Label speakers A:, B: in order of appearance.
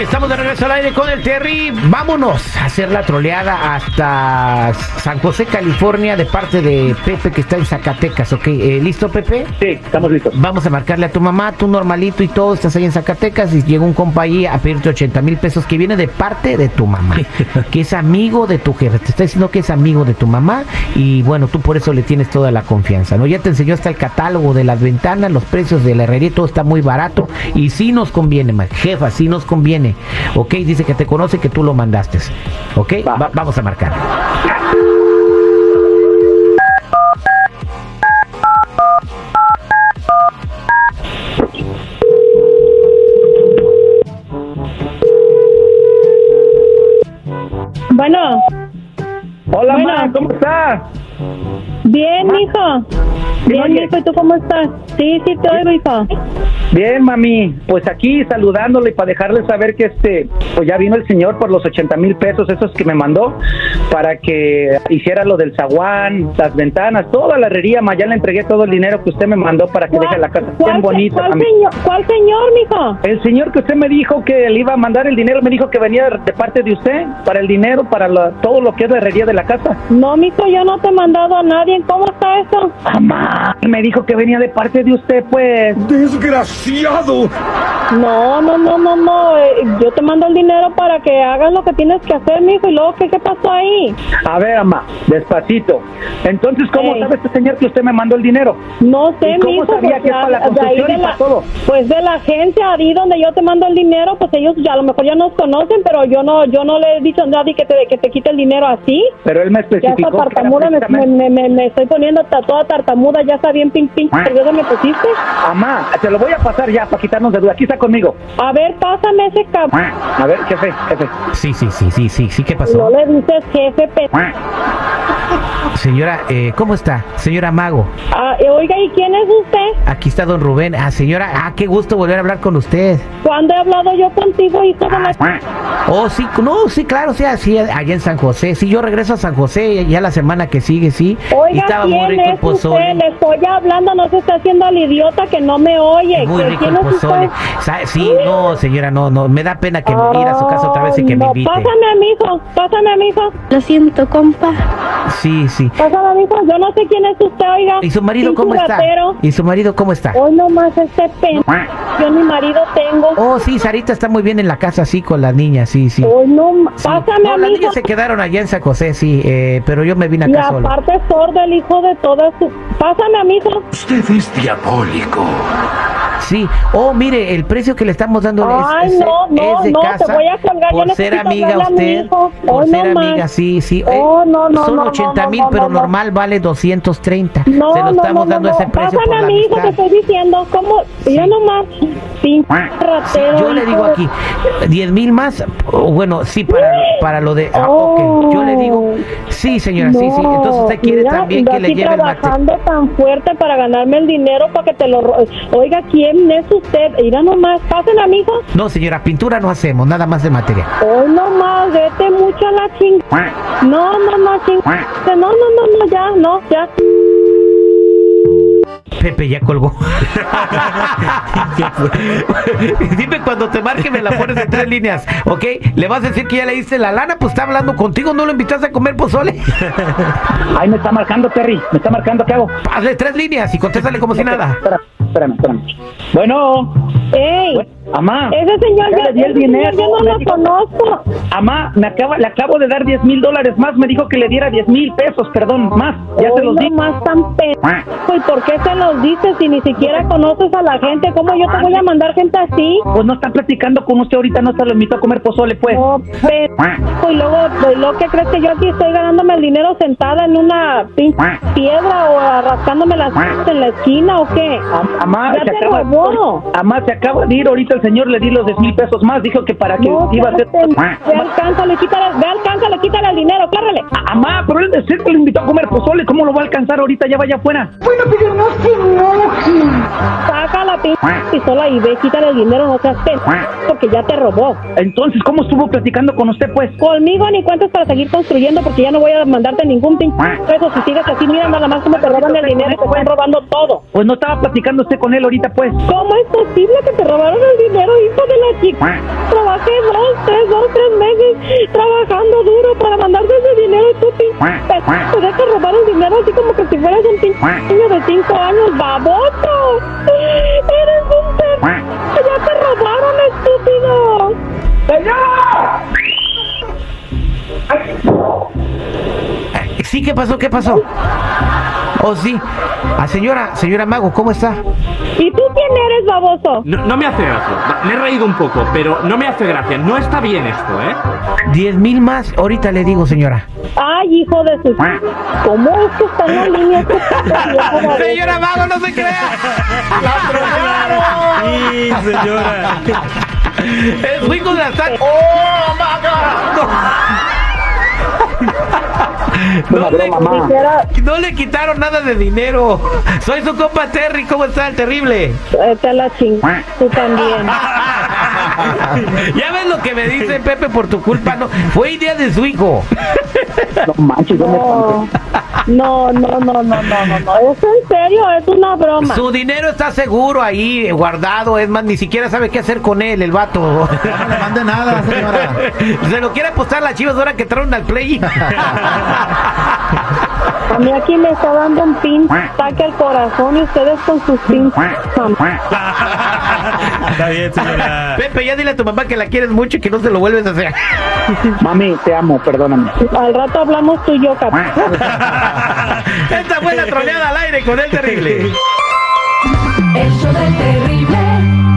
A: Estamos de regreso al aire con el Terry. Vámonos a hacer la troleada hasta San José, California, de parte de Pepe, que está en Zacatecas, ¿ok? Eh, ¿Listo, Pepe?
B: Sí, estamos listos.
A: Vamos a marcarle a tu mamá, tú normalito y todo, estás ahí en Zacatecas y llega un compa ahí a pedirte 80 mil pesos que viene de parte de tu mamá, que es amigo de tu jefe. Te está diciendo que es amigo de tu mamá y bueno, tú por eso le tienes toda la confianza, ¿no? Ya te enseñó hasta el catálogo de las ventanas, los precios de la herrería, y todo está muy barato y sí nos conviene, ma- jefa, sí nos conviene, ¿ok? Dice que te conoce, que tú lo mandaste, ¿ok?
B: Va.
A: Va- vamos a marcar.
C: Bueno,
B: Hola,
C: Bueno.
B: ma, ¿cómo estás?
C: bien, hijo. Bien,
B: oyes?
C: hijo, ¿y tú cómo estás? Sí, sí, te oigo, hijo.
B: Bien, mami. Pues aquí saludándole para dejarle saber que este, pues ya vino el señor por los 80 mil pesos esos que me mandó para que hiciera lo del zaguán, las ventanas, toda la herrería, ma. Ya le entregué todo el dinero que usted me mandó para que deje la casa
C: cuál
B: bien
C: se-
B: bonita,
C: ¿cuál,
B: mami.
C: señor, ¿Cuál señor, mijo?
B: El señor que usted me dijo que le iba a mandar el dinero, me dijo que venía de parte de usted para el dinero, para la- todo lo que es la herrería de la casa.
C: No, mijo, yo no te he mandado a nadie. ¿Cómo está eso? Ah.
B: Mamá, me dijo que venía de parte de usted, pues.
D: ¡Desgraciado!
C: No, no, no, no, no. eh, yo te mando el dinero para que hagas lo que tienes que hacer, mijo. ¿Y luego qué, qué pasó ahí?
B: A ver, mamá, despacito. Entonces, ¿cómo
C: Ey.
B: sabe este señor que usted me mandó el dinero?
C: No sé,
B: ¿Y cómo
C: mijo.
B: sabía
C: pues,
B: que es
C: ya-
B: para la
C: de ahí
B: construcción
C: de
B: y para
C: la-
B: todo?
C: Pues de la agencia, ahí donde yo te mando el dinero, pues ellos ya a lo mejor ya nos conocen, pero yo no yo no le he dicho a nadie que te, que te quite el dinero así.
B: Pero él me
C: Ya está
B: especificó que era
C: tartamuda, me, me,
B: precisamente-
C: me- me estoy poniendo ta- toda tartamuda, ya está bien ping ping, nerviosa me pusiste.
B: Mamá, te lo voy a pasar ya para quitarnos de duda. Aquí está conmigo.
C: A ver, pásame ese cabrón.
B: A ver, jefe, jefe.
A: Sí, sí, sí, sí, sí, sí, ¿qué
C: No
A: pasó?
C: le dices jefe, pe-
A: Señora, eh, ¿cómo está? Señora Mago.
C: Ah, eh, oiga, ¿y quién es usted?
A: Aquí está don Rubén. Ah, señora, ah, qué gusto volver a hablar con usted.
C: ¿Cuándo he hablado yo contigo, hijo de la...
A: Oh, sí, no, sí, claro, sí, así allá en San José. Sí, yo regreso a San José ya la semana que sigue, sí. Y
C: Oiga,
A: el
C: ¿quién es usted? Le estoy hablando, no se está haciendo al idiota que no me oye.
A: Muy
C: ¿Que
A: rico
C: ¿Quién
A: el
C: es
A: pozole.
C: usted?
A: Sa- Sí, no, señora, no, no, me da pena que me ir a su casa otra vez y que me
C: no,
A: invite.
C: Pásame a mi hijo, pásame a mi hijo,
E: Lo siento, compa.
A: Sí, sí.
C: pásame a mi hijo. Yo no sé quién es usted, oiga.
A: ¿Y su marido
C: Pinche
A: cómo está?
C: ratero.
A: ¿Y su marido cómo está?
C: Hoy nomás este pen... Yo ni marido tengo.
A: Oh, sí, Sarita está muy bien en la casa, sí, con la niña, sí, sí.
C: Hoy no... ma-
A: Sí.
C: Pásame
A: No,
C: a
A: las
C: mi hijo.
A: niñas se quedaron allá en San José, sí, eh, pero yo me vine
C: Y
A: acá solo.
C: aparte es sordo el hijo de toda su... Pásame a mi hijo.
D: Usted es diabólico.
A: Sí. Oh, mire, el precio que le estamos dando
C: Ay,
A: es, es-
C: no, no,
A: es de
C: no, te
A: casa.
C: voy a colgar, yo
A: Por ser
C: necesito
A: amiga
C: hablarle a mi
A: usted,
C: hijo.
A: por
C: Hoy
A: ser
C: no
A: amiga,
C: más.
A: sí, sí. eh,
C: Oh, no, no,
A: son
C: no, no,
A: 80 mil,
C: no, no,
A: pero
C: no.
A: normal vale 230.
C: No,
A: Se lo
C: no,
A: estamos
C: no, no,
A: dando
C: no.
A: ese precio por
C: Pásame a
A: la
C: mi hijo, te
A: amistad.
C: estoy diciendo. ¿Cómo? Yo nomás... Pinche ratero.
A: Yo le
C: hijo
A: digo
C: de-
A: aquí, 10 mil más, o bueno, sí, para, para lo de... ah, ok, yo le digo, sí, señora, sí, sí. Entonces usted quiere
C: Oh. mira,
A: también
C: yo
A: que le
C: aquí
A: lleve el material.
C: trabajando tan fuerte para ganarme el dinero para que te lo... ro- Oiga, ¿quién es usted? Mira nomás, pasen amigos.
A: No, señora, pintura no hacemos, nada más de material.
C: Hoy nomás, vete mucho a la ching... No, no, no, ching... No, no, no, no, ya, no, ya.
A: Pepe ya colgó. Dime cuando te marque, me la pones en tres líneas, ¿ok? Le vas a decir que ya le diste la lana, pues está hablando contigo, no lo invitas a comer pozole.
B: Ahí me está marcando, Terry. Me está marcando, ¿qué hago?
A: Hazle tres líneas y contéstale como si Pues nada.
B: Espérame, espérame, espérame. Bueno,
C: ¡Ey!
B: bueno, mamá.
C: Ese señor,
B: ya
C: ya,
B: le di el
C: ese señor
B: dinero.
C: yo no
B: me
C: lo
B: dijo-
C: conozco.
B: Amá, me acaba, le acabo de dar 10 mil dólares más. Me dijo que le diera 10 mil pesos, perdón, más. Ya se
C: Hoy
B: los di.
C: nomás tan pe... ¿Y por qué se los dices si ni siquiera conoces a la gente? ¿Cómo yo te voy a mandar gente así?
B: Pues no está platicando con usted ahorita, no se lo invito a comer pozole, pues.
C: No, pe... Y luego, pues, lo que crees que yo aquí estoy ganándome el dinero sentada en una pinche piedra o rascándome las en la esquina o qué?
B: Am- Amá,
C: Ya
B: se
C: te
B: acaba,
C: robó.
B: Amá, se acaba de ir ahorita el señor, le di los 10 mil pesos más. Dijo que para que
C: No,
B: iba a hacer.
C: ve, alcánzale, quítale, ve, alcánzale, quítale el dinero, córrele.
B: Amá, pero él de ser que lo invitó a comer pozole. ¿Cómo lo va a alcanzar ahorita? Ya vaya afuera.
C: Saca la pinche pistola y ve, quítale el dinero, no seas pe... porque ya te robó.
B: Entonces, ¿cómo estuvo platicando con usted, pues?
C: Conmigo ni cuentas para seguir construyendo porque ya no voy a mandarte ningún pinche peso si sigues así, mira nada más cómo te roban el dinero, te están robando todo.
B: Pues no estaba platicando usted con él ahorita, pues.
C: ¿Cómo es posible que te robaron el dinero, hijo de la chica? Trabajé tres, dos, tres meses trabajando duro para mandarte ese dinero y tú, pin- te dejas robar el dinero así como que si fueras un pin- niño de cinco años, baboso. Eres un per... Ya te robaron, estúpido.
A: Sí, ¿qué pasó? ¿Qué pasó? Oh, sí. Ah, señora, señora Mago, ¿cómo está?
C: ¿Y tú quién eres, baboso?
E: No, no me hace gracia. Va, Me he reído un poco, pero no me hace gracia. No está bien esto, ¿eh?
A: Diez mil más, ahorita le digo, señora.
C: Ay, hijo de su... ¿Cómo es que están en línea? este viejo baboso?
A: Mago, no se crea.
F: Sí, señora.
A: Es rico de estar. ¡Oh, No le, no le quitaron nada de dinero. Soy su compa Terry, ¿cómo está el terrible?
C: Vete a eh, la ching... Tú también.
A: ya ves lo que me dice Pepe por tu culpa, no. Fue idea de su hijo.
B: No manches, yo me espanté.
C: No, no, no, no, no, no, no, no. Es en serio, es una broma.
A: Su dinero está seguro ahí, eh, guardado. Es más, ni siquiera sabe qué hacer con él, el vato.
G: No le mande nada, señora.
A: Se lo quiere apostar las chivas ahora que traen al play.
C: A mí aquí me está dando un pin ataque al corazón y ustedes con sus pins.
F: Está bien, señora.
A: Pepe, ya dile a tu mamá que la quieres mucho y que no se lo vuelves a hacer.
B: Mami, te amo, perdóname.
C: Al rato hablamos tú y yo, capaz.
A: Esta fue la troleada al aire con el terrible.
H: El show del terrible.